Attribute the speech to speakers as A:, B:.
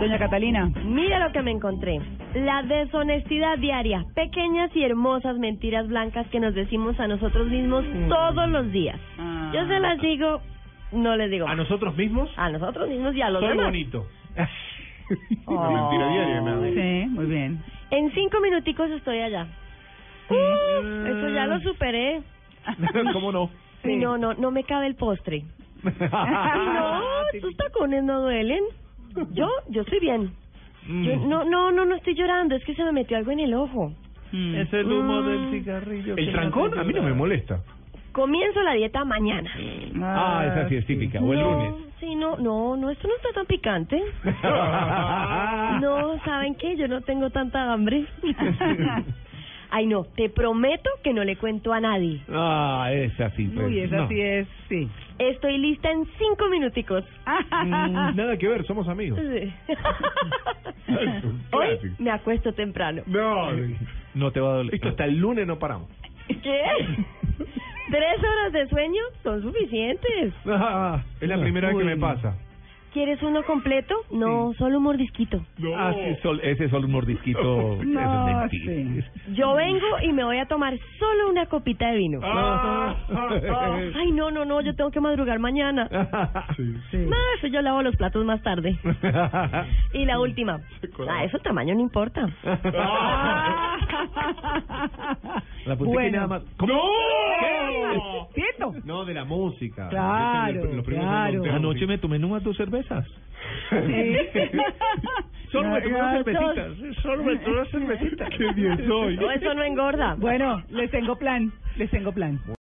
A: Doña Catalina.
B: Mira lo que me encontré. La deshonestidad diaria, pequeñas y hermosas mentiras blancas que nos decimos a nosotros mismos
A: Mm.
B: todos los días.
A: Ah.
B: Yo se las digo, no les digo
C: ¿A
B: más.
C: nosotros mismos?
B: a nosotros mismos y a los
C: Soy
B: demás.
C: bonito.
B: Oh.
C: Una mentira diaria, nada.
A: Ah. Sí, muy bien.
B: En cinco minuticos estoy allá.
A: Mm.
B: Uh, eso ya lo superé.
C: ¿Cómo no?
B: Y No, no, no me cabe el postre. Ay,
A: Ah, sí.
B: no, tus tacones no duelen. Yo, yo estoy bien. Yo,
C: Mm.
B: no, no, no, no estoy llorando. Es que se me metió algo en el ojo.
A: Mm.
D: el
B: humo del
D: cigarrillo.
C: ¿El trancón? Ah, A mí no me molesta.
B: Comienzo la dieta mañana.
C: Ah, esa sí es típica. O el
B: no,
C: lunes.
B: Sí, no, no, no, esto no está tan picante.
C: Ah.
B: No, ¿saben qué? Yo no tengo tanta hambre. Ay, no, te prometo que no le cuento a nadie.
C: Ah, esa sí. pues,
A: Uy, esa
C: no.
A: sí es, sí.
B: Estoy lista en cinco minuticos.
C: Mm, Nada que ver, somos amigos.
B: Sí.
C: Es un
B: Hoy
C: clásico.
B: me acuesto temprano.
C: No, no te va a doler. Esto hasta el lunes no paramos.
B: ¿Qué? Tres horas de sueño son suficientes.
C: Ah, es la primera vez que me pasa.
B: ¿Quieres uno completo? No, solo un mordisquito.
C: Ah, sí, sol- ese es solo un mordisquito.
A: No,
C: eso es mentira.
B: Yo vengo y me voy a tomar solo una copita de
C: Ah,
B: vino.
C: pues.
B: Ay, no, no, no, yo tengo que madrugar mañana.
A: sí.
B: No, eso yo lavo los platos más tarde. Y la última. Ah, eso tamaño no importa.
C: La
A: Bueno.
C: puntica y nada más. ¿Cómo?
A: ¿Qué? ¿Cierto?
C: No, de la música.
A: Claro,
C: Este es el- los primeros
A: claro.
C: son de
D: Anoche me tomé nomás dos cervezas.
A: Sí.
C: Solo me tomé
A: Gatos.
C: dos cervecitas. Solo me tomé dos cervecitas. Qué bien soy.
B: No, eso no engorda.
A: Bueno, les tengo plan, les tengo plan.